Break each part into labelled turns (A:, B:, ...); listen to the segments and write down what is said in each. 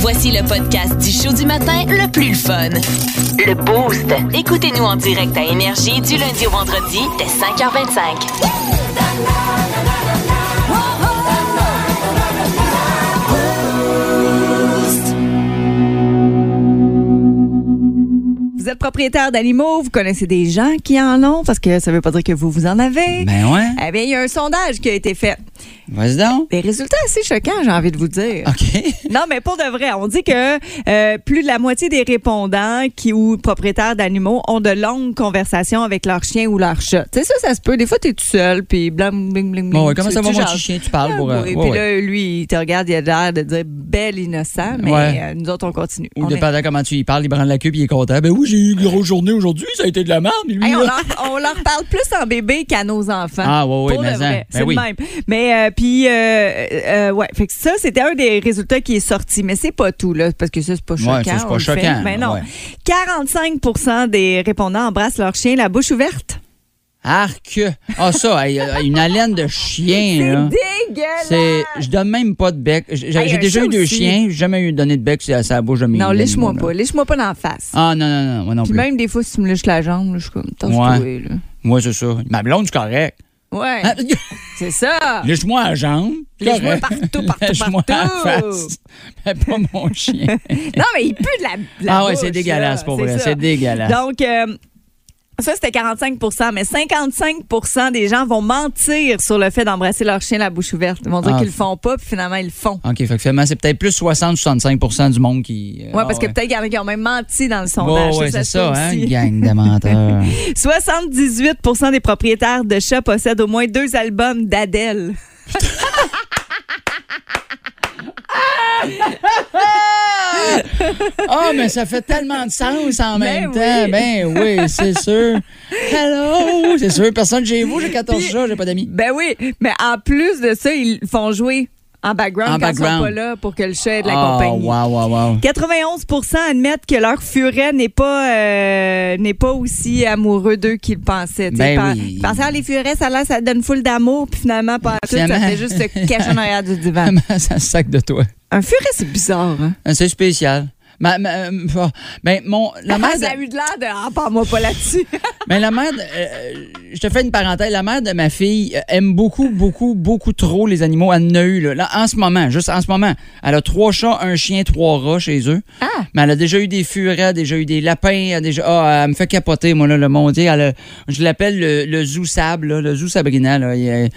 A: Voici le podcast du show du matin le plus fun. Le Boost. Écoutez-nous en direct à Énergie du lundi au vendredi dès 5h25.
B: Vous êtes propriétaire d'animaux, vous connaissez des gens qui en ont, parce que ça veut pas dire que vous, vous en avez.
C: Ben ouais.
B: Eh bien, il y a un sondage qui a été fait.
C: Vas-y donc.
B: Des résultats assez choquants, j'ai envie de vous dire.
C: OK.
B: Non, mais pour de vrai, on dit que euh, plus de la moitié des répondants qui ou propriétaires d'animaux ont de longues conversations avec leur chien ou leur chat. Tu sais, ça, ça se peut. Des fois, t'es tout seul, puis blam, bling, bling, bling.
C: Bon, ouais, comment
B: tu-
C: ça va,
B: tu
C: mon
B: jases.
C: petit chien? Tu parles
B: Ah,
C: pour. euh,
B: oui,
C: ouais,
B: puis
C: ouais.
B: là, lui, il te regarde, il a l'air de dire bel innocent, mais
C: Ouais.
B: euh, nous autres, on continue.
C: Ou
B: On est-
C: dépendant comment tu y parles, il branle la queue puis il est content. Ben oui, j'ai eu une grosse journée aujourd'hui, ça a été de la merde. mais Lui,
B: Hey, on,
C: là.
B: leur, on leur parle plus en bébé qu'à nos enfants.
C: Ah, ouais, ouais,
B: Pour
C: mais
B: le
C: en.
B: vrai,
C: Ben
B: c'est le
C: oui.
B: même. Mais euh, puis, euh, euh, ouais, fait que ça, c'était un des résultats qui est sorti. Mais c'est pas tout, là, parce que ça, c'est pas choquant.
C: Ouais, ça, c'est pas
B: on le fait.
C: choquant,
B: Mais non.
C: ouais.
B: 45 des répondants embrassent leur chien la bouche ouverte.
C: Arc. Ah, ça, hey, euh, une haleine de chien, là.
B: C'est dégueulasse!
C: Eh, hein. C'est, je donne même pas de bec. J'ai
B: Hey,
C: j'ai
B: un
C: déjà
B: chat
C: eu deux
B: aussi.
C: chiens, j'ai jamais eu donné de bec sur sa bouche de mes
B: Non,
C: mes
B: lèche-moi
C: animaux,
B: pas.
C: là.
B: Lèche-moi pas dans la face.
C: Ah, non, non, non, moi non
B: puis
C: plus.
B: même des fois, si tu me lèches la jambe, là, je suis comme, tasse-toi,
C: Ouais.
B: là.
C: Moi, c'est ça. Ma blonde, c'est correct.
B: Ouais,
C: Hein?
B: c'est ça.
C: Lèche-moi la jambe.
B: Lèche-moi
C: correct.
B: partout, partout,
C: Lèche-moi la
B: partout.
C: face. Mais pas mon chien.
B: Non, mais il pue de la, de la
C: ah ouais, c'est
B: bouche,
C: dégueulasse
B: là.
C: pour vrai.
B: ça.
C: C'est dégueulasse.
B: Donc, euh, ça, c'était 45 mais 55 des gens vont mentir sur le fait d'embrasser leur chien la bouche ouverte. Ils vont dire
C: Ah.
B: qu'ils le font pas, puis finalement, ils le font.
C: OK, fait que finalement, c'est peut-être plus 60-65 du monde qui. euh,
B: Oui,
C: ah
B: parce que peut-être qu'il y en a qui ont même menti dans le sondage.
C: Ouais, ouais,
B: Ça,
C: c'est
B: se
C: ça,
B: peut
C: hein,
B: aussi.
C: gang de menteurs.
B: 78 des propriétaires de chats possèdent au moins deux albums d'Adèle.
C: Ah, mais ça fait tellement de sens
B: Ben
C: en même temps.
B: oui.
C: Ben oui, c'est sûr. Hello! C'est sûr, personne chez vous, j'ai 14 chats, j'ai pas d'amis.
B: Ben oui, mais en plus de ça, ils le font jouer en background
C: En
B: quand ils sont
C: background.
B: pas là pour que le chat ait de la
C: Ah,
B: compagnie.
C: Wow, wow, wow.
B: 91 admettent que leur furet n'est pas, euh, n'est pas aussi amoureux d'eux qu'ils le pensaient. Tu sais,
C: Ben
B: pen-
C: oui.
B: Penser à les furets, ça, a l'air, ça donne full d'amour, puis finalement, pas en tout, ça
C: Finalement.
B: fait juste se cacher en arrière du divan.
C: Comment ça se sac de toi?
B: Un furet, c'est bizarre. Hein?
C: C'est spécial. Ma, ma- euh, ah, ben, mon, la mère
B: ça a
C: de,
B: eu de l'air de Ah, parle-moi pas là-dessus.
C: ben, la mère de- euh, je te fais une parenthèse. La mère de ma fille euh, aime beaucoup, beaucoup, beaucoup trop les animaux. Elle en a eu, là. Là, en ce moment, juste en ce moment. Elle a trois chats, un chien, trois rats chez eux.
B: Ah.
C: Mais elle a déjà eu des furets, déjà eu des lapins, elle a déjà. Ah, elle me fait capoter, moi, là, le mondier. Elle a- je l'appelle le, le zoo sable, là, le zoo Sabrina, là. Il est-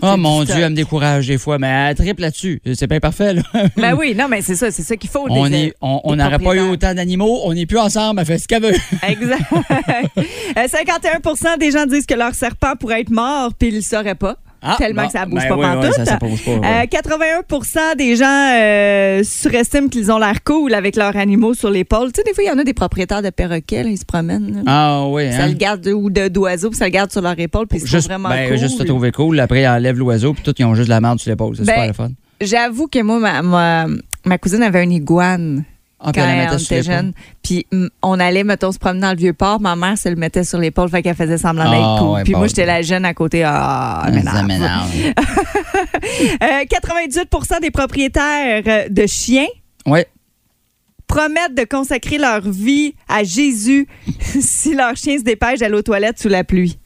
C: Oh
B: C'est
C: mon
B: du
C: Dieu,
B: stock.
C: elle me décourage des fois, mais elle triple là-dessus. C'est bien parfait, là.
B: ben oui, non, mais c'est ça, c'est ça qu'il faut.
C: on
B: des- euh,
C: est- on- on
B: des
C: n'aurait pas eu
B: propriétaires.
C: autant d'animaux, on n'est plus ensemble, elle fait ce qu'elle veut.
B: Exact. Euh, 51 des gens disent que leur serpent pourrait être mort, puis ils le sauraient pas.
C: Ah,
B: tellement
C: bon,
B: que ça bouge
C: ben
B: pas
C: oui,
B: pantoute.
C: oui, ça, ça bouge pas, oui.
B: Euh, 81 des gens euh, surestiment qu'ils ont l'air cool avec leurs animaux sur l'épaule. Tu sais, des fois, il y en a des propriétaires de perroquets, là, ils se promènent. là.
C: Ah oui,
B: Ça
C: hein?
B: le garde, ou de- d'oiseaux, puis ça le garde sur leur épaule, puis ils se trouvent
C: Juste,
B: vraiment
C: ben,
B: cool.
C: juste se trouver cool, après, elle enlève l'oiseau, puis tout, ils ont juste de la merde sur l'épaule. C'est
B: Ben,
C: super le fun.
B: J'avoue que moi, ma, ma, ma cousine avait un iguane
C: Ah, puis
B: quand
C: elle la
B: elle
C: mettait sur
B: était
C: l'épaule.
B: jeune. Puis mm, on allait, mettons, se promener dans le vieux port. Ma mère se le mettait sur l'épaule, fait qu'elle faisait semblant
C: Ah,
B: d'être cool.
C: ouais,
B: puis
C: bon.
B: moi, j'étais la jeune à côté. Ah,
C: Ça
B: m'énerve.
C: m'énerve.
B: Euh, 98 des propriétaires euh, de chiens
C: Ouais.
B: promettent de consacrer leur vie à Jésus si leur chien se dépêche d'aller aux toilettes sous la pluie.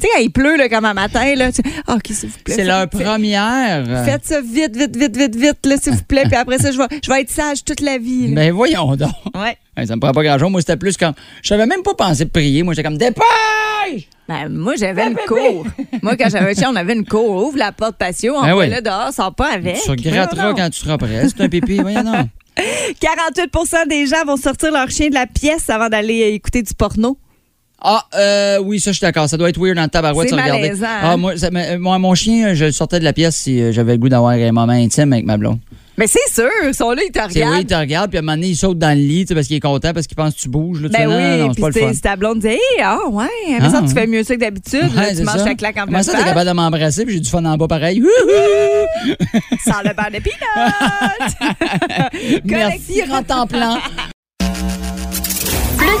B: Tu sais, quand il pleut, là, comme un matin, là, tu... Ah, OK, s'il vous plaît.
C: C'est
B: faites-
C: leur
B: faites-
C: première.
B: Faites ça vite, vite, vite, vite, vite, là, s'il vous plaît. Puis après ça, je vais, je vais être sage toute la vie. là.
C: Ben voyons donc.
B: Ouais.
C: Hey, Ça me prend pas grand-chose. Moi, c'était plus comme. Je savais même pas penser de prier. Moi, j'étais comme dépêche!
B: Ben, moi, j'avais une cour. Moi, quand j'avais un chien, on avait une cour. Ouvre la porte patio, on
C: Ben oui.
B: là dehors, sors pas avec.
C: Tu regretteras
B: Ben, Voyons donc.
C: quand tu seras prêt. C'est un pipi. voyons donc. hein.
B: 48 des gens vont sortir leur chien de la pièce avant d'aller euh, écouter du porno.
C: Ah, euh, oui, ça, je suis d'accord. Ça doit être weird dans le tabarouette,
B: C'est
C: ça, regarder.
B: malaisant, hein?
C: Ah, moi, ça- mais, euh, moi, mon chien, je le sortais de la pièce si euh, j'avais le goût d'avoir un moment intime avec ma blonde.
B: Mais c'est sûr, ils sont là, ils te
C: C'est oui, il
B: regardent.
C: te regarde, puis à un moment donné, il saute dans le lit, tu sais, parce qu'il est content, parce qu'il pense que tu bouges. Là, tu fais,
B: Ben
C: non, non,
B: oui,
C: non, c'est
B: puis
C: pas le fun.
B: c'est- c'est ta blonde dit Hey, ah ouais, mais
C: Ah.
B: ça tu fais mieux ça que d'habitude, là,
C: Ouais,
B: tu
C: c'est
B: manges
C: ça.
B: ta claque en
C: Comment
B: pleine
C: ça, t'es
B: face,
C: capable de m'embrasser, puis j'ai du fun en bas pareil. Wouhou!
B: sans le beurre de peanuts.
C: Merci,
B: Collectif.
C: rentre en plan.
A: Plus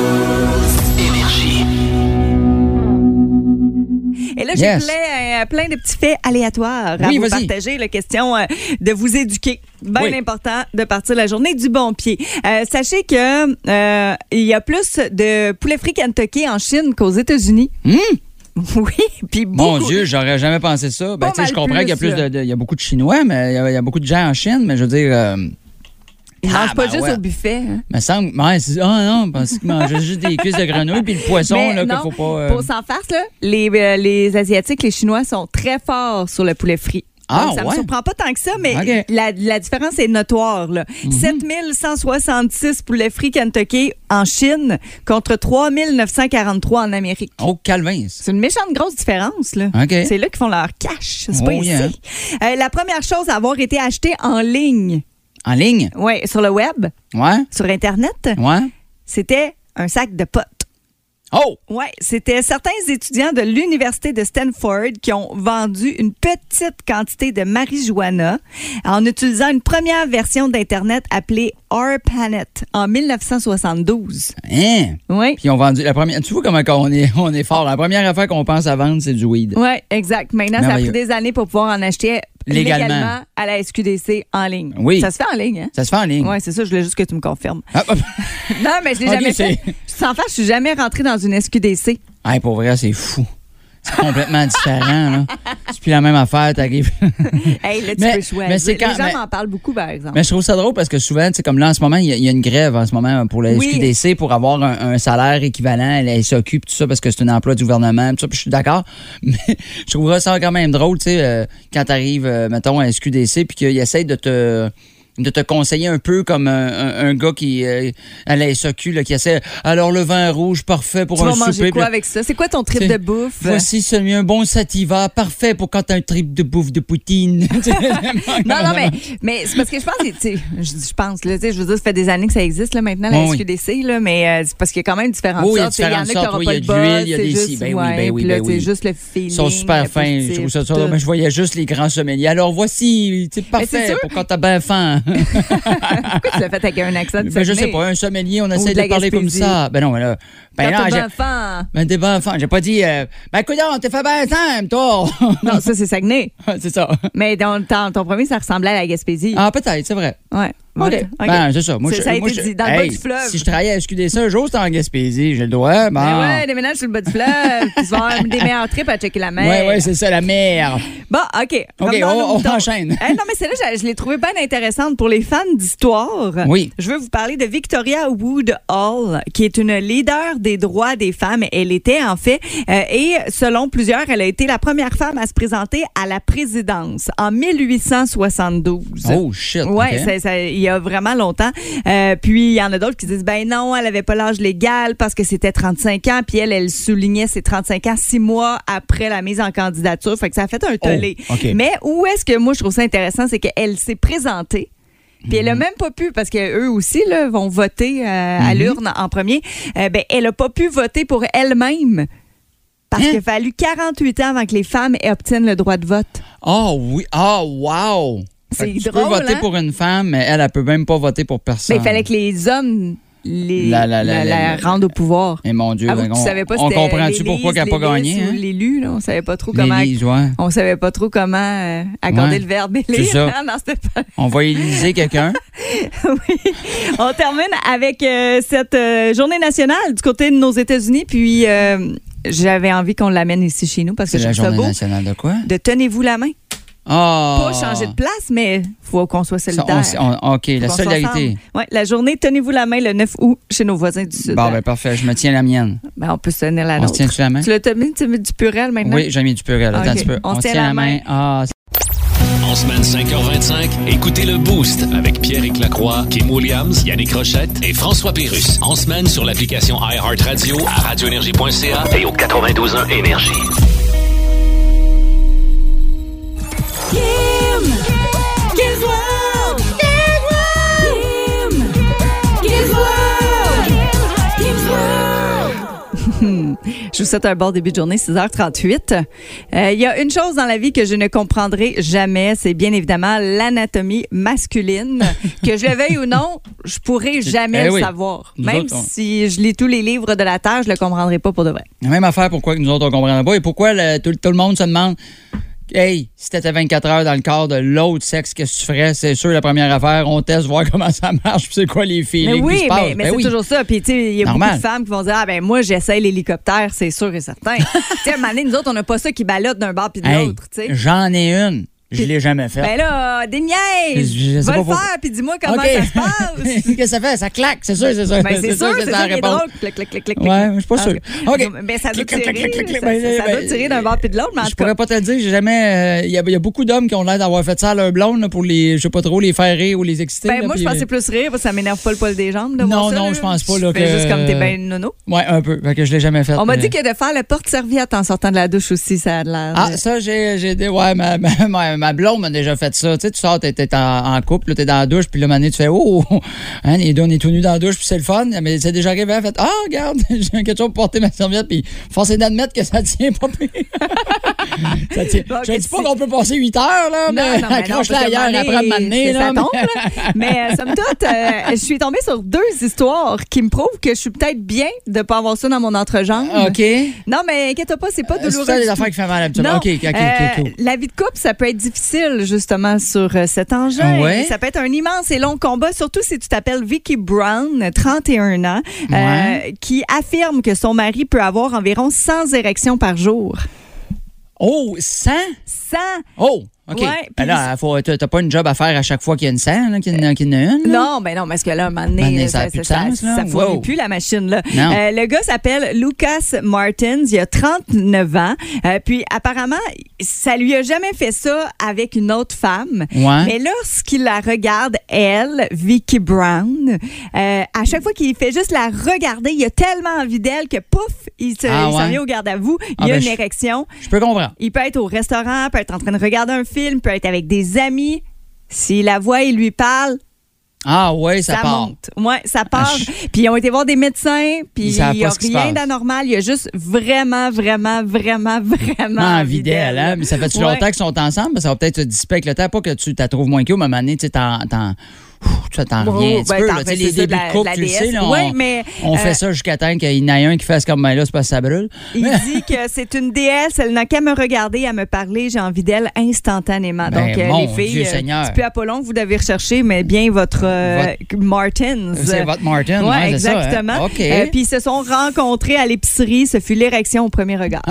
B: là,
C: Yes.
B: j'ai plein, euh, plein de petits faits aléatoires
C: Oui,
B: à vous
C: vas-y.
B: partager. La question euh, de vous éduquer. Bien
C: Oui.
B: important de partir la journée du bon pied. Euh, sachez que euh, il y a plus de poulet frit Kentucky en Chine qu'aux États-Unis.
C: Hum,
B: Oui, puis
C: Mon
B: beaucoup-
C: Dieu, j'aurais jamais pensé ça. Ben,
B: Pas
C: tu sais, je
B: mal
C: comprends qu'il y a
B: plus,
C: plus de,
B: là.
C: de- il y a beaucoup de Chinois, mais il y a, il y a beaucoup de gens en Chine, mais je veux dire, euh,
B: Ils
C: Ah,
B: mangent pas
C: ben
B: juste
C: ouais.
B: au buffet. hein.
C: me semble, ouais, c'est- ah non, parce qu'ils mangent juste des cuisses de grenouille puis le poisson
B: Mais
C: là qu'il
B: non,
C: faut pas. euh,
B: Pour s'en farce, là, les, euh, les Asiatiques, les Chinois sont très forts sur le poulet frit.
C: Ah,
B: Donc, ça
C: ouais?
B: me surprend pas tant que ça, mais
C: Ok. Mhm.
B: la, la différence est notoire. là. 7166 poulets frits Kentucky en Chine contre 3943 en Amérique.
C: Oh Calvin. c'est-
B: C'est une méchante grosse différence. là.
C: Ok.
B: C'est là qu'ils font leur cash. C'est pas
C: Oh,
B: ici.
C: yeah.
B: Euh, la première chose à avoir été achetée en ligne,
C: En ligne,
B: ouais, sur le web,
C: ouais,
B: sur Internet,
C: ouais.
B: c'était un sac de potes.
C: Oh,
B: Oui, c'était certains étudiants de l'Université de Stanford qui ont vendu une petite quantité de marijuana en utilisant une première version d'Internet appelée R-Planet en 1972.
C: hein.
B: Oui.
C: Puis ils ont vendu la première. Tu vois comment on est, on est fort. La première affaire qu'on pense à vendre, c'est du weed.
B: Oui, exact. Maintenant, ça a
C: Merveilleux.
B: pris des années pour pouvoir en acheter
C: Légalement.
B: légalement, à la SQDC en ligne.
C: Oui.
B: Ça se fait en ligne, hein?
C: Ça se fait en ligne.
B: Oui, c'est ça, je voulais juste que tu me confirmes.
C: Ah, ah,
B: Non, mais je l'ai
C: Ok,
B: jamais
C: c'est-
B: fait. Sans faire, je suis jamais rentrée dans une SQDC.
C: Hey, pour vrai, c'est fou. C'est complètement différent, là. C'est plus la même affaire, t'arrives.
B: Hey, là, tu
C: Mais-
B: peux choisir.
C: mais c'est quand-
B: Les gens
C: mais-
B: m'en parlent beaucoup, par exemple.
C: Mais je trouve ça drôle parce que souvent, tu sais, comme là, en ce moment, il y, a- il y a une grève en ce moment pour la
B: Oui.
C: SQDC pour avoir un, un salaire équivalent à la SAQ, puis tout ça, parce que c'est un emploi du gouvernement, puis tout ça, puis je suis d'accord. Mais je trouverais ça quand même drôle, tu sais, euh, quand t'arrives, euh, mettons, à SQDC, puis qu'ils essayent de te de te conseiller un peu comme un, un- un gars qui euh, à la SAQ là, qui essaie alors le vin rouge parfait pour
B: Tu
C: un
B: vas
C: souper
B: manger
C: puis
B: quoi
C: là,
B: avec ça? C'est quoi ton
C: Tu
B: trip de
C: sais,
B: bouffe?
C: Voici celui un bon sativa, parfait pour quand t'as un trip de bouffe de poutine.
B: Non, non, mais, mais c'est parce que je pense, que, tu sais, je, dis- je pense, là, tu sais, je veux dire, ça fait des années que ça existe, là, maintenant, la
C: Oui, oui.
B: SQDC, là, mais euh, c'est parce qu'il y a quand même différentes
C: Oui, il y a
B: sortes. Tu sais,
C: différentes
B: en a qui
C: sortes,
B: n'auront
C: oui,
B: pas
C: il y a
B: de
C: de l'huile,
B: bol,
C: il y a
B: c'est
C: des
B: juste-
C: si, ben oui, ben
B: ouais,
C: oui,
B: puis là,
C: ben
B: tu sais,
C: oui.
B: juste le feeling.
C: Ils sont super
B: le
C: fins. Je
B: positif,
C: trouve ça, ça
B: tout.
C: mais je voyais juste les grands sommeliers. Alors voici, c'est
B: c'est
C: parfait
B: sûr.
C: pour quand t'as bien faim.
B: Pourquoi tu l'as fait avec un accent de
C: ben, je sais
B: Saguenay?
C: pas, un sommelier, on essaie
B: de
C: de,
B: la
C: parler comme
B: Gaspésie.
C: ça. Ben non, ben là. Ben
B: Quand
C: non,
B: t'as
C: j'ai-
B: un enfant.
C: ben t'es bien faim. J'ai pas dit, euh, ben coudonc, t'es fait bien faim, toi.
B: Non, ça, c'est Saguenay.
C: c'est ça.
B: Mais dans, ton, ton premier, ça ressemblait à la Gaspésie.
C: Ah, peut-être, c'est vrai.
B: Ouais.
C: OK.
B: Ouais. OK.
C: Ben, c'est ça. Moi,
B: C'est-
C: je,
B: ça a
C: moi,
B: été
C: je-
B: dit dans le bas
C: hey,
B: du fleuve.
C: Si je travaillais à SQDC un jour, c'était en Gaspésie. J'ai le droit.
B: Mais
C: Ben,
B: ouais, déménage sur le bas du fleuve. puis tu vas avoir des meilleurs trips à checker la mer.
C: ouais, ouais, c'est ça, la mer.
B: Bon, OK.
C: OK,
B: Revenons à
C: on-
B: nos
C: on
B: moutons.
C: enchaîne.
B: Eh, non, mais celle-là, je, je l'ai trouvée bien intéressante pour les fans d'histoire.
C: Oui.
B: Je veux vous parler de Victoria Woodhull, qui est une leader des droits des femmes. Elle était, en fait, euh, et selon plusieurs, elle a été la première femme à se présenter à la présidence en 1872.
C: Oh, shit.
B: Oui,
C: OK.
B: Ben, il y a vraiment longtemps. Euh, puis, il y en a d'autres qui disent, ben non, elle avait pas l'âge légal parce que c'était 35 ans. Puis, elle, elle soulignait ses 35 ans six mois après la mise en candidature. Fait que ça a fait un tollé.
C: Oh, OK.
B: Mais où est-ce que moi, je trouve ça intéressant, c'est qu'elle s'est présentée. Puis
C: Mm-hmm.
B: elle a même pas pu, parce qu'eux aussi là, vont voter euh, à l'urne en premier, Euh, ben, elle a pas pu voter pour elle-même parce
C: Hein?
B: qu'il a fallu 48 ans avant que les femmes obtiennent le droit de vote.
C: Ah oui. Ah, wow.
B: C'est
C: Fait que Tu peux
B: drôle,
C: voter
B: hein?
C: pour une femme, mais elle, elle peut même pas voter pour personne.
B: Ben, il fallait que les hommes les,
C: La-
B: la,
C: la- la-
B: la
C: la-
B: rendent au pouvoir.
C: Et mon Dieu,
B: Avoue que
C: ben,
B: Ah, tu
C: on,
B: savais pas
C: on
B: c'était
C: comprend-tu
B: les
C: pourquoi
B: Lises,
C: qu'elle n'a pas
B: les Lisses
C: gagné?
B: ou
C: Hein?
B: L'élu, là, on savait pas trop
C: Les
B: comment.
C: Lises, ouais.
B: On savait pas trop comment euh, accorder
C: Ouais.
B: le verbe
C: C'est ça.
B: élire hein, dans cette
C: On va éliser quelqu'un.
B: oui. On termine avec euh, cette euh, journée nationale du côté de nos États-Unis. Puis euh, j'avais envie qu'on l'amène ici chez nous parce que
C: C'est
B: je
C: la
B: trouve ça
C: journée
B: beau.
C: nationale de quoi?
B: De tenez-vous la main.
C: Ah!
B: Pas changer de place, mais faut qu'on soit
C: Ça,
B: solidaire.
C: on s- on- OK, la solidarité.
B: Oui, la journée tenez-vous la main le 9 août chez nos voisins du Sud.
C: Bon, ben parfait, je me tiens la mienne.
B: Ben, on peut se tenir la
C: on se
B: nôtre.
C: tient sur la main?
B: Tu l'as tombé, tu mets du purel maintenant?
C: Oui, j'ai mis du purée. Attends
B: OK,
C: un petit peu.
B: on se
C: se
B: tient la main.
C: Ah,
D: En semaine 5h25, écoutez le Boost avec Pierre Lacroix, Kim Williams, Yannick Rochette et François Pérus. En semaine sur l'application iHeartRadio à radioénergie.ca et au 92.1 Énergie.
B: Je vous souhaite un bon début de journée, 6h38. Euh, Il y a une chose dans la vie que je ne comprendrai jamais, c'est bien évidemment l'anatomie masculine. que je le veuille ou non, je pourrai jamais
C: Eh
B: le
C: oui.
B: savoir.
C: Nous
B: Même
C: autres, on-
B: si je lis tous les livres de la Terre, je le comprendrai pas pour de vrai.
C: La même affaire, pourquoi que nous autres, on comprendra pas et pourquoi le- tout, tout le monde se demande Hey, si t'étais 24 heures dans le corps de l'autre sexe, qu'est-ce que tu ferais? C'est sûr, la première affaire, on teste, voir comment ça marche, puis c'est quoi les
B: Mais
C: feelings qui
B: oui,
C: se passent.
B: mais, mais
C: Ben
B: c'est
C: oui.
B: toujours ça. Puis, tu sais, il y a
C: Normal.
B: beaucoup de femmes qui vont dire Ah, ben moi, j'essaye l'hélicoptère, c'est sûr et certain. tu sais, à un moment donné, nous autres, on n'a pas ça qui ballotte d'un bord puis de
C: Hey,
B: l'autre, tu sais.
C: J'en ai une. Je l'ai jamais faite.
B: Ben là, des niaises!
C: Je- je sais
B: Va
C: pas
B: le
C: pourquoi.
B: faire, puis dis-moi comment
C: OK.
B: ça se passe!
C: Qu'est-ce que ça fait? Ça claque, c'est sûr, c'est sûr.
B: Ben, c'est sûr, c'est
C: la
B: ça qui est
C: réponse.
B: drôle. Clic, clic, clic, clic, clic.
C: Ouais, je suis pas
B: Ah,
C: sûr. OK.
B: Ben, ça doit
C: Clic, clic,
B: tirer,
C: clic, clic, clic.
B: ça-
C: Ben,
B: ça doit
C: ben,
B: tirer d'un bord puis de l'autre, mais en
C: Je
B: tout cas.
C: pourrais pas te le dire, j'ai jamais. Il y, a beaucoup d'hommes qui ont l'air d'avoir fait ça à leur blonde là, pour les, je sais pas trop, les faire rire ou les exciter.
B: Ben,
C: là,
B: moi, je
C: puis- euh,
B: pensais plus rire, parce que ça m'énerve pas le poil des jambes. de voir
C: Non,
B: ça,
C: non,
B: là.
C: je pense pas, là,
B: fais
C: que-
B: juste comme t'es ben nono.
C: Ouais, un peu. Fait que je l'ai jamais euh, fait.
B: On m'a
C: mais-
B: dit que de faire le porte-serviette en sortant de la douche aussi, ça a l'air.
C: Ah,
B: de-
C: ça, j'ai j'ai dit, ouais, ma, ma, ma- ma blonde m'a déjà fait ça. Tu sais, tu sors, t'es t'es en, en couple, là, t'es dans la douche, puis là, mané, tu fais, oh, hein, les deux, on est tout nus dans la douche, puis c'est le fun. Mais c'est déjà arrivé, elle fait, ah, regarde, j'ai quelque chose pour porter ma serviette, puis forcé d'admettre que ça tient pas pire. ça tient.
B: Bon,
C: je
B: que
C: dis
B: si-
C: pas qu'on peut passer 8 heures, là, mais accroche-la
B: parce que
C: ailleurs,
B: à un moment donné,
C: après, m'amener,
B: c'est-
C: là.
B: Ça tombe, là. Mais euh, somme toute, euh, je suis tombée sur deux histoires qui me prouvent que je suis peut-être bien de ne pas avoir ça dans mon entrejambe.
C: Ah, OK.
B: Non, mais inquiète pas, c'est pas
C: Euh,
B: douloureux.
C: C'est ça,
B: du
C: les
B: tout.
C: affaires qui font mal habituellement.
B: Non,
C: OK, OK, OK,
B: euh,
C: OK.
B: La vie de couple, ça peut être difficile, justement, sur euh, cet engin.
C: Ah ouais?
B: Ça peut être un immense et long combat, surtout si tu t'appelles Vicky Brown, 31 ans, euh,
C: Ouais.
B: qui affirme que son mari peut avoir environ 100 érections par jour.
C: Oh, 100?
B: 100!
C: Oh, OK.
B: Ouais,
C: Ben
B: puis- Euh,
C: là, faut- t'as t'as pas une job à faire à chaque fois qu'il y a une scène, là, qu'il y en a qu'il y en a une. là.
B: Non, ben non, parce que là, un moment donné,
C: Un moment donné,
B: là,
C: ça a
B: ça,
C: plus
B: ça,
C: de
B: ça,
C: sens, là.
B: ça fournit
C: Wow.
B: plus la machine. Là.
C: Non.
B: Euh, le gars s'appelle Lucas Martins, il a 39 ans. Euh, puis apparemment, ça lui a jamais fait ça avec une autre femme.
C: Ouais.
B: Mais lorsqu'il la regarde, elle, Vicky Brown, euh, à chaque fois qu'il fait juste la regarder, il a tellement envie d'elle que pouf, il se-
C: Ah
B: il s'en
C: ouais.
B: vient au garde à vous. Il
C: Ah
B: a
C: ben,
B: une
C: je-
B: érection.
C: Je peux comprendre.
B: Il peut être au restaurant, peut être en train de regarder un film, peut être avec des amis. S'il la voit, il lui parle.
C: Ah ouais, ça,
B: ça
C: part. Ah,
B: monte. Ouais, ça part.
C: je-
B: Puis ils ont été voir des médecins, puis
C: Ils
B: il n'y
C: savent
B: a
C: pas ce qui se
B: rien
C: passe.
B: d'anormal. Il y a juste vraiment, vraiment, vraiment, vraiment
C: Ah,
B: envie d'elle.
C: hein? Mais ça fait
B: Ouais.
C: longtemps qu'ils sont ensemble, mais ça va peut-être se dissiper avec le temps. Pas que tu t'as trouves moins cute, mais à un moment donné, tu sais, t'en. t'en- ouf, Tu sais, t'en
B: Oh,
C: reviens un petit
B: ben,
C: peu.
B: t'en
C: là. Tu sais,
B: fais,
C: les
B: c'est ça,
C: débuts
B: de la-
C: de couple,
B: de la
C: tu le sais. Là,
B: DS.
C: on
B: Ouais, mais,
C: on
B: euh,
C: fait ça jusqu'à temps qu'il y en ait un qui fasse comme ben là, c'est parce que ça brûle.
B: Il dit que c'est une déesse, elle n'a qu'à me regarder, à me parler, j'ai envie d'elle instantanément.
C: Ben,
B: Donc, euh,
C: mon
B: les filles,
C: Dieu
B: euh,
C: Seigneur.
B: petit peu Apollon, vous devez rechercher, mais bien votre euh, Martins.
C: C'est votre Martin,
B: Oui,
C: ouais, c'est ça, hein?
B: exactement.
C: OK.
B: Euh, Puis ils se sont rencontrés à l'épicerie, ce fut l'érection au premier regard.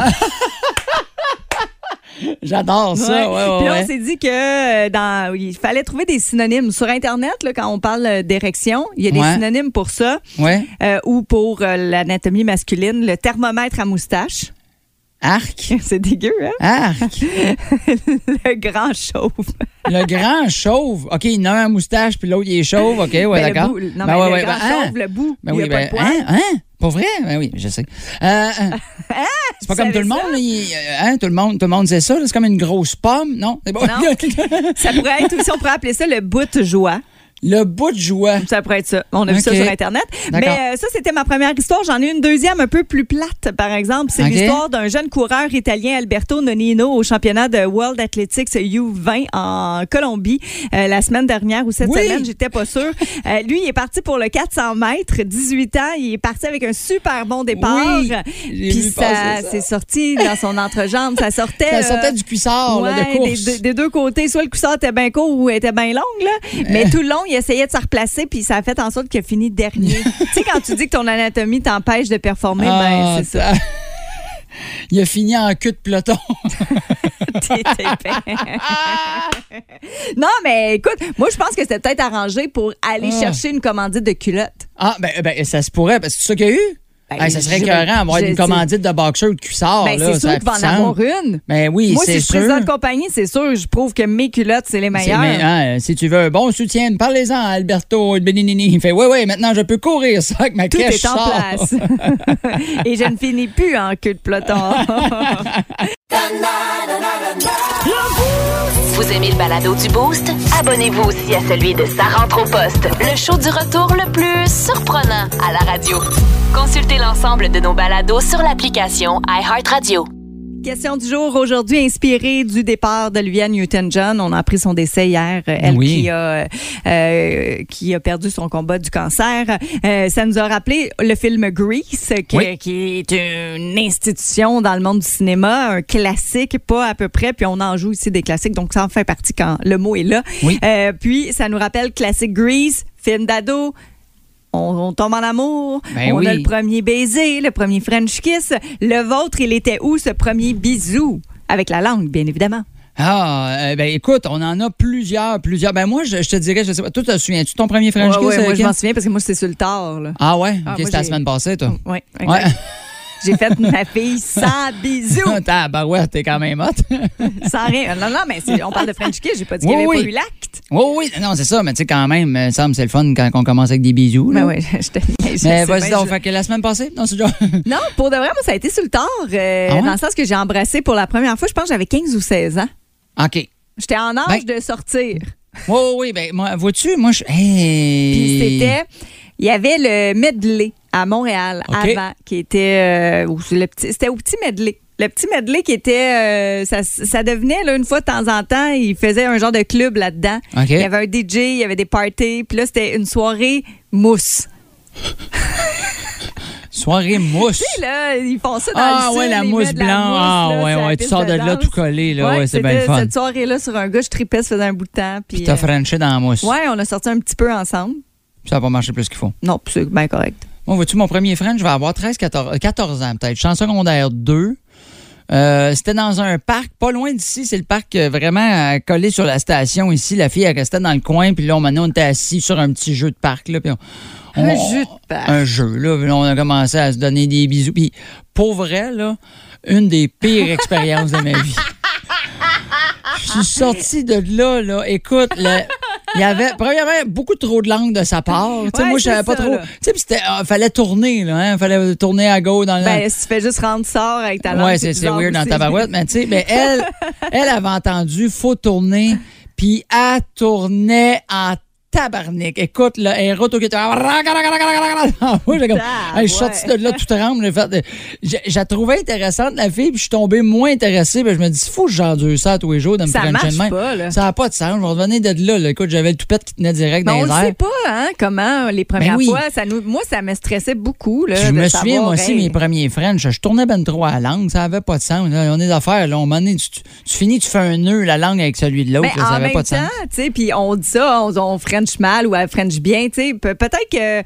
C: J'adore ça.
B: Ouais.
C: Ouais, ouais,
B: Puis là,
C: ouais.
B: on s'est dit que euh, dans, il fallait trouver des synonymes. Sur Internet, là, quand on parle euh, d'érection, il y a des
C: Ouais.
B: synonymes pour ça
C: Ouais.
B: euh, ou pour euh, l'anatomie masculine, le thermomètre à moustache.
C: Arc.
B: C'est dégueu, hein?
C: Arc.
B: le grand chauve.
C: le grand chauve. OK, il en a un à moustache, puis l'autre, il est chauve. OK, ouais,
B: Ben, le
C: d'accord.
B: bout- non, mais
C: Ben ouais,
B: le
C: ouais,
B: grand
C: ben, hein?
B: chauve, le bout.
C: Ben
B: il y
C: oui,
B: a pas
C: ben,
B: de poil.
C: hein, hein? Pas vrai? Ben oui, je sais. Euh, euh, c'est pas
B: tu
C: comme tout
B: savais
C: le monde,
B: ça?
C: là, il- euh, hein, tout le monde, tout le monde sait ça, là, c'est comme une grosse pomme, non? C'est bon.
B: Non. Ça pourrait être aussi, on pourrait appeler ça le bout de joie.
C: le bout de joie.
B: Ça pourrait être ça. On a vu ça
C: Ok.
B: sur Internet. Mais
C: D'accord.
B: euh, ça, c'était ma première histoire. J'en ai une deuxième un peu plus plate, par exemple. C'est
C: Ok.
B: l'histoire d'un jeune coureur italien, Alberto Nonino, au championnat de World Athletics U20 en Colombie euh, la semaine dernière ou cette
C: Oui.
B: semaine, j'étais pas sûre. Euh, lui, il est parti pour le 400 mètres, 18 ans. Il est parti avec un super bon départ.
C: Oui, j'ai
B: Puis
C: vu
B: ça,
C: passer ça.
B: c'est sorti dans son entrejambe. Ça sortait.
C: Ça
B: euh,
C: sortait du cuissard, Oh, là, de
B: Ouais,
C: course.
B: Des, des- des deux côtés. Soit le coussard était bien court ou était bien long, là.
C: Euh.
B: Mais tout le long, il essayait de se replacer, puis ça a fait en sorte qu'il a fini dernier. tu sais, quand tu dis que ton anatomie t'empêche de performer,
C: Ah,
B: ben, c'est ça.
C: t'as- Il a fini en queue de peloton.
B: T'es- t'es épais. non, mais écoute, moi, je pense que c'était peut-être arrangé pour aller
C: Ah.
B: chercher une commandite de culotte.
C: Ah, ben, ben, ça se pourrait, parce que c'est ça qu'il y a eu.
B: Ben,
C: Hey, ça serait
B: je-
C: écœurant, avoir
B: je-
C: une commandite de boxeur ou de cuissard.
B: Ben, c'est
C: là,
B: sûr
C: ça
B: qu'il va en
C: ressemble.
B: avoir une.
C: Ben oui,
B: moi, si
C: c'est
B: je suis président
C: sûr.
B: de compagnie, c'est sûr, je prouve que mes culottes, c'est les
C: C'est-
B: meilleures.
C: mais, hein, si tu veux un bon soutien, parlez-en à Alberto Benigni. Il fait Ouais, ouais, maintenant je peux courir ça avec ma
B: Tout
C: crèche
B: est en
C: sort.
B: place. Et je ne finis plus en queue de peloton.
A: Vous aimez le balado du Boost? Abonnez-vous aussi à celui de Sa rentre au poste, le show du retour le plus surprenant à la radio. Consultez l'ensemble de nos balados sur l'application iHeartRadio.
B: Question du jour aujourd'hui inspirée du départ d'Olivia Newton-John. On a pris son décès hier, euh, elle
C: Oui.
B: qui, a, euh, qui a perdu son combat du cancer. Euh, ça nous a rappelé le film Grease, qui,
C: Oui.
B: qui est une institution dans le monde du cinéma, un classique, pas à peu près, puis on en joue ici des classiques, donc ça en fait partie quand le mot est là.
C: Oui.
B: Euh, puis ça nous rappelle classique Grease, film d'ado, on, on tombe en amour.
C: Ben
B: on a
C: oui.
B: le premier baiser, le premier French kiss. Le vôtre, il était où ce premier bisou? Avec la langue, bien évidemment.
C: Ah, euh, ben écoute, on en a plusieurs, plusieurs. Ben moi, je, je te dirais, je sais pas. Toi, te souviens-tu de ton premier French
B: Ouais,
C: kiss?
B: ouais,
C: euh,
B: moi, je
C: Kim?
B: m'en souviens parce que moi, c'était sur le tard. Là.
C: Ah ouais?
B: Ah, moi,
C: ok, c'était la
B: j'ai-
C: semaine passée, toi.
B: Oui, exact. J'ai fait ma fille sans bisous,
C: Ouais. T'as barouette, t'es quand même hot.
B: sans rien. Non, non, mais c'est- on parle de French kiss, j'ai pas dit qu'il
C: Oui,
B: n'y avait
C: oui.
B: pas eu l'acte.
C: oui, Oh, oui, non, c'est ça, mais tu sais, quand même, euh, ça me c'est le fun quand on commence avec des bisous.
B: Ben
C: là.
B: oui, je te niaise, je
C: Mais
B: sais
C: vas-y
B: bien,
C: donc,
B: je-
C: fait que la semaine passée, non, c'est genre.
B: Non, pour de vrai, moi, ça a été sur le tard. euh,
C: Ah ouais?
B: Dans le sens que j'ai embrassé pour la première fois, je pense que j'avais 15 ou 16 ans.
C: OK.
B: J'étais en âge
C: Ben-
B: de sortir.
C: Oui, oui, oui, ben, moi, vois-tu, moi, je.
B: Puis
C: Hey!
B: c'était. Il y avait le medley à Montréal
C: OK.
B: avant, qui était. euh, au- le petit- c'était au petit medley. Le petit medley qui était. euh, ça, ça devenait, là, une fois de temps en temps, il faisait un genre de club là-dedans.
C: OK.
B: Il y avait un DJ, il y avait des parties. Puis là, c'était une soirée mousse.
C: Soirée mousse.
B: Tu sais, là, ils font ça dans
C: Ah,
B: le sud,
C: ouais, la
B: ils
C: mousse
B: mettent de la
C: blanche.
B: mousse,
C: Ah,
B: là,
C: ouais,
B: sur la
C: ouais, tu
B: piste
C: sors de là
B: danse.
C: tout collé, là. Ouais, c'est
B: c'était
C: bien le fun.
B: Cette soirée-là, sur un gars, je tripais, ça faisait un bout de temps. Puis,
C: Puis t'as
B: euh,
C: frenché dans la mousse.
B: ouais, on a sorti un petit peu ensemble.
C: Ça n'a pas marché plus qu'il faut.
B: Non, puis c'est bien correct.
C: Moi, vois-tu, mon premier French, je vais avoir 13, 14, euh, 14 ans peut-être. Je suis en secondaire 2. Euh, c'était dans un parc pas loin d'ici. C'est le parc euh, vraiment euh, collé sur la station ici. La fille, elle restait dans le coin. Puis là, on, maintenant, on était assis sur un petit jeu de parc. Là, puis on- on-
B: Un jeu de parc.
C: Un jeu, là. Puis là, on a commencé à se donner des bisous. Puis pour vrai, là, une des pires expériences de ma vie. Je suis sorti de là, là. Écoute, le- il y avait, premièrement, beaucoup trop de langue de sa part. Tu sais,
B: Ouais,
C: moi, je
B: c'est
C: savais pas
B: ça,
C: trop.
B: là.
C: Tu sais, puis c'était, ah, fallait tourner, là. Hein, fallait tourner à gauche dans
B: Ben, si tu fais juste rendre sort avec ta langue.
C: Hein? Ouais, c'est c'est
B: bizarre
C: weird dans
B: aussi.
C: ta barouette, mais tu sais, mais elle, elle avait entendu, faut tourner, puis elle tournait en tabarnak. Écoute, là, elle rote au Moi, j'ai comme,
B: Ah,
C: hey, je suis
B: ouais.
C: sorti de là tout tremble. j'ai fait- j'ai- J'ai trouvé intéressante la fille, puis je suis tombé moins intéressé. Puis je me dis, faut que j'endure ça tous les jours de me
B: Ça
C: frencher
B: marche
C: de même.
B: pas, là.
C: Ça n'a pas de sens. Je vais revenir de là. là. Écoute, j'avais le toupette qui tenait direct
B: Mais
C: dans
B: on
C: les
B: ne
C: airs.
B: sait pas, hein, comment les premières
C: Ben oui.
B: fois. Ça nous, moi, ça me stressait beaucoup. Là,
C: Je
B: Euh, de
C: me
B: savoir,
C: souviens, moi aussi,
B: hey,
C: mes premiers French, je tournais ben trop à la langue, ça avait pas de sens. Là, on est d'affaires, là, on m'en est, tu, tu finis, tu fais un nœud, la langue avec celui de l'autre,
B: Ben,
C: là, ça
B: en
C: avait
B: même
C: pas de
B: temps,
C: sens.
B: tu sais, puis on dit ça, on, on French mal ou à French bien, tu sais. Pe- Peut-être que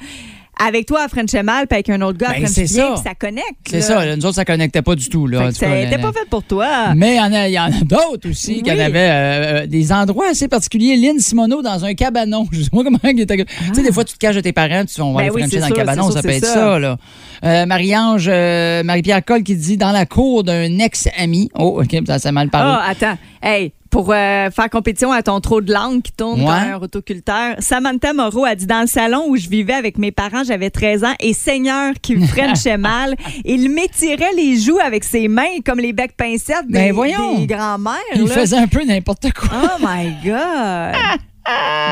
B: avec toi, à French mal, puis avec un autre gars, à
C: Ben,
B: French
C: c'est
B: bien,
C: ça.
B: puis ça connecte.
C: C'est
B: là.
C: ça, là, nous autres, ça connectait pas du tout. Là,
B: Fait
C: en
B: que
C: tout
B: ça
C: cas, là,
B: n'était
C: là.
B: pas fait pour toi.
C: Mais il y en a, il y en a d'autres aussi qui en
B: Oui.
C: avaient euh, euh, des endroits assez particuliers. Lynn Simoneau dans un cabanon. Je sais pas comment il était. Tu sais, des fois, tu te caches de tes parents, tu vas on
B: Ah.
C: va
B: Ben
C: aller
B: oui,
C: frencher
B: c'est
C: dans
B: sûr,
C: le cabanon,
B: c'est sûr,
C: ça peut
B: c'est
C: être
B: ça.
C: ça. là. Euh, Marie-Ange, euh, Marie-Pierre Coll qui dit dans la cour d'un ex-ami. Oh, OK, ça s'est mal parlé.
B: Ah, attends. Hey, pour euh, faire compétition à ton trop de langue qui tourne
C: Ouais.
B: comme un rotoculteur, Samantha Moreau a dit Dans le salon où je vivais avec mes parents, j'avais 13 ans et Seigneur qui me frenchait mal. Il m'étirait les joues avec ses mains comme les becs pincettes des,
C: Ben voyons.
B: des grands-mères.
C: il
B: là.
C: faisait un peu n'importe quoi.
B: Oh my God!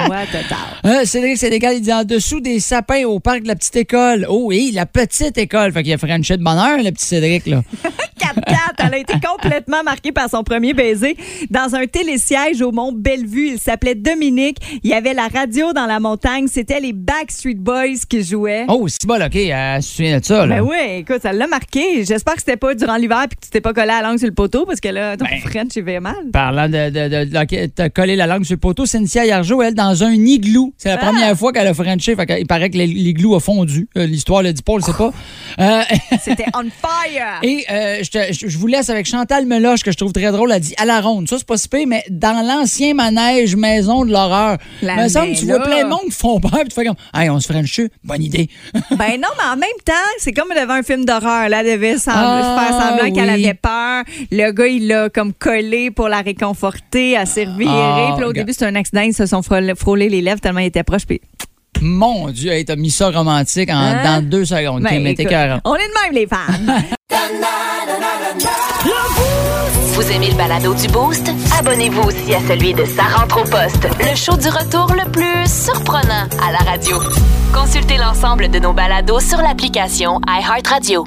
B: What the hell?
C: Euh, Cédric Sénégal, il dit en dessous des sapins au parc de la petite école. Oh oui, la petite école. Fait qu'il a Frenché de bonheur, le petit Cédric, là.
B: 4-4, elle a été complètement marquée par son premier baiser dans un télésiège au Mont Bellevue. Il s'appelait Dominique. Il y avait la radio dans la montagne. C'était les Backstreet Boys qui jouaient.
C: Oh, c'est bon, OK, euh, tu te souviens de ça, là.
B: Ben oui, écoute, ça l'a marqué. J'espère que c'était pas durant l'hiver puis que tu t'es pas collé la langue sur le poteau parce que là, ton French, il fait mal.
C: Parlant de, de, de, de- ok, t'as collé la langue sur le poteau, Cynthia Yargeau, elle, dans un igloo. C'est la
B: Ah!
C: première fois qu'elle a Frenché. Fait qu'il paraît que l'igloo a fondu. Euh, L'histoire le dit pas, on le sait pas. Euh,
B: C'était on fire!
C: Et euh, je, te- je- je vous laisse avec Chantal Meloche, que je trouve très drôle. Elle dit à la ronde. Ça, c'est pas si pire, mais dans l'ancien manège Maison de l'horreur.
B: La
C: me semble, tu vois
B: Mela.
C: plein de monde qui font peur, puis tu fais comme, hey, on se ferait une bonne idée.
B: Ben non, mais en même temps, c'est comme devant un film d'horreur. Là, elle devait sembl-
C: Ah,
B: faire semblant qu'elle
C: oui.
B: avait peur. Le gars, il l'a comme collé pour la réconforter, à s'est reviré.
C: Ah,
B: Puis là, au
C: gars.
B: début, c'était un accident. Ils se sont frôlés, frôlés les lèvres tellement il était proche. Puis,
C: Mon Dieu, hey, t'as mis ça romantique en,
B: Hein?
C: dans deux secondes.
B: Ben,
C: Kim, mais t'es
B: écoute,
C: écœurant.
B: on est de même, les femmes.
A: Le Boost! Vous aimez le balado du Boost? Abonnez-vous aussi à celui de Sa rentre au poste, le show du retour le plus surprenant à la radio. Consultez l'ensemble de nos balados sur l'application iHeartRadio.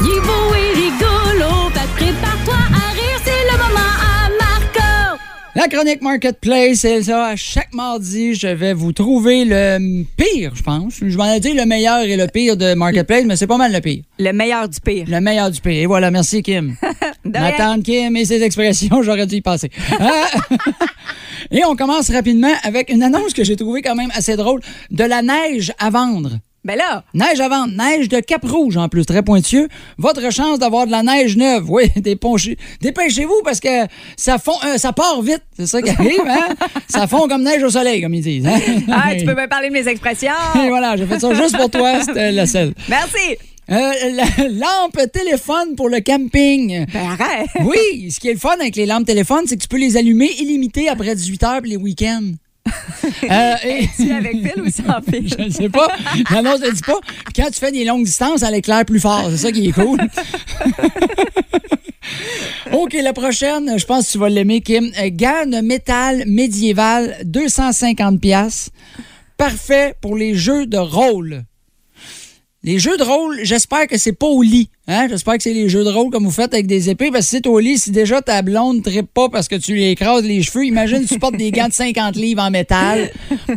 E: Il est beau et rigolo, fait que prépare-toi à rire, c'est le moment à Marco.
C: La chronique Marketplace, c'est ça. Chaque mardi, je vais vous trouver le pire, je pense. Je m'en ai dit le meilleur et le pire de Marketplace, mais c'est pas mal le pire.
B: Le meilleur du pire.
C: Le meilleur du pire. Et voilà, merci Kim.
B: De rien.
C: Nathan Kim et ses expressions, j'aurais dû y passer. Ah! et on commence rapidement avec une annonce que j'ai trouvée quand même assez drôle de la neige à vendre.
B: Ben là,
C: Neige à vendre, neige de Cap-Rouge en plus, très pointueux. Votre chance d'avoir de la neige neuve, oui, dépêchez- dépêchez-vous parce que ça, fond, euh, ça part vite, c'est ça qui arrive, hein? ça fond comme neige au soleil, comme ils disent. hein?
B: ah, tu peux me parler de mes expressions.
C: Et voilà, j'ai fait ça juste pour toi, c'était la selle.
B: Merci.
C: Euh, la- lampe téléphone pour le camping.
B: Ben arrête.
C: Oui, ce qui est le fun avec les lampes téléphones, c'est que tu peux les allumer illimitées après 18 heures puis les week-ends. Euh, et-
B: Tu es avec pile ou sans pile?
C: je ne sais pas. L'annonce ne dit pas. Puis Quand tu fais des longues distances, elle éclaire plus fort. C'est ça qui est cool. OK, la prochaine, je pense que tu vas l'aimer, Kim. Euh, Garde métal médiéval, 250 pièces. Parfait pour les jeux de rôle. Les jeux de rôle, j'espère que c'est pas au lit. Hein? J'espère que c'est les jeux de rôle comme vous faites avec des épées. Parce que si c'est au lit, si déjà ta blonde ne pas parce que tu lui écrases les cheveux, imagine tu portes des gants de 50 livres en métal.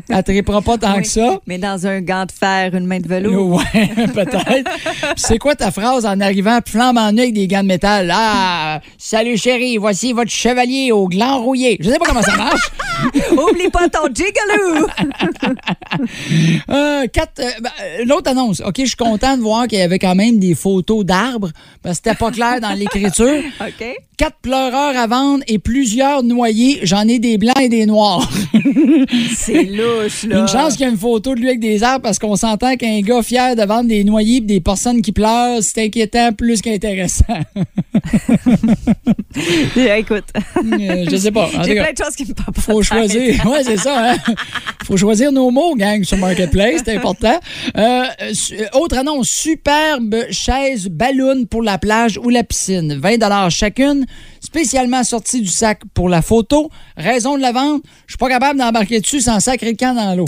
C: Elle trippera pas tant que ça.
B: Mais dans un gant de fer, une main de velours.
C: Ouais, peut-être. Puis c'est quoi ta phrase en arrivant flambe en œil avec des gants de métal? Ah, salut chérie, voici votre chevalier au gland rouillé. Je sais pas comment ça marche.
B: Oublie pas ton jiggaloo.
C: Euh, quatre, euh, ben, euh, l'autre annonce. OK, je suis content de voir qu'il y avait quand même des photos d'arbres parce que c'était pas clair dans l'écriture.
B: OK.
C: Quatre pleureurs à vendre et plusieurs noyés. J'en ai des blancs et des noirs.
B: C'est louche, là.
C: Une chance qu'il y a une photo de lui avec des arbres parce qu'on s'entend qu'un gars fier de vendre des noyés et des personnes qui pleurent, c'est inquiétant plus qu'intéressant.
B: Eh, Écoute,
C: Euh, je sais pas. En tout
B: j'ai
C: cas,
B: plein de choses qui me parlent.
C: faut choisir. Ouais, c'est ça. hein. Faut choisir nos mots, gang, sur Marketplace, c'est important. Euh, su- euh, autre annonce, superbe chaise ballon pour la plage ou la piscine, 20 chacune, spécialement sortie du sac pour la photo. Raison de la vente, je suis pas capable d'embarquer dessus sans sacrer le camp dans l'eau.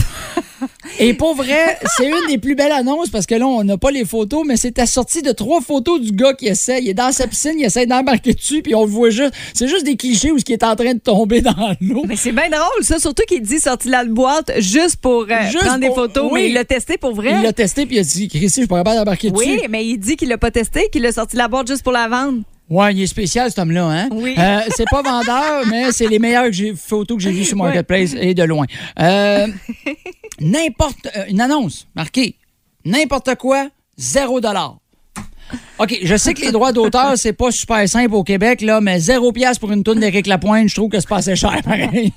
C: Et pour vrai, c'est une des plus belles annonces parce que là, on n'a pas les photos, mais c'est assorti de trois photos du gars qui essaie. Il est dans sa piscine, il essaie d'embarquer dessus, puis on le voit juste. C'est juste des clichés où ce qui est en train de tomber dans l'eau.
B: Mais c'est bien drôle, ça. Surtout qu'il dit sorti de la boîte juste pour euh,
C: Juste
B: prendre des
C: pour-
B: photos.
C: oui.
B: Mais il l'a testé pour vrai.
C: Il l'a testé, puis il a dit, Christy, je suis pas capable d'embarquer
B: oui,
C: dessus.
B: mais il dit qu'il l'a pas testé, qu'il l'a sorti de la boîte juste pour la vendre.
C: Ouais, il est spécial, cet homme-là, hein?
B: Oui.
C: Euh, c'est pas vendeur, mais c'est les meilleures que j'ai- photos que j'ai vues sur Marketplace et de loin. Euh, n'importe. euh, une annonce marquée. N'importe quoi, zéro dollar. OK, je sais que les droits d'auteur, c'est pas super simple au Québec, là, mais zéro pièce pour une toune d'Éric Lapointe, je trouve que c'est pas assez cher, pareil.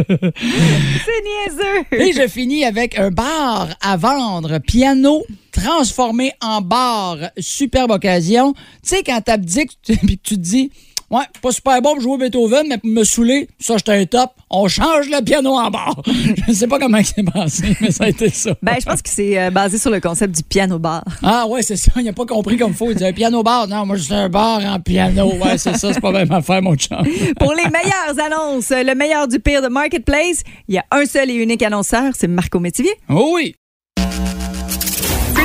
B: C'est niaiseux.
C: Et je finis avec un bar à vendre, piano transformé en bar. Superbe occasion. Tu sais, quand t'abdiques puis que tu te dis, ouais, pas super bon pour jouer Beethoven, mais pour me saouler, ça, j'étais un top. On change le piano en bar. je sais pas comment c'est passé, mais ça a été ça.
B: Ben, je pense que c'est euh, basé sur le concept du piano bar.
C: Ah ouais, c'est ça, il n'a pas compris comme faut. Il dit un piano bar. Non, moi c'est un bar en piano. Ouais, c'est ça, c'est pas même affaire, mon chum.
B: Pour les meilleures annonces, le meilleur du pire de Marketplace, il y a un seul et unique annonceur, c'est Marco Métivier.
C: Oh oui.
A: Plus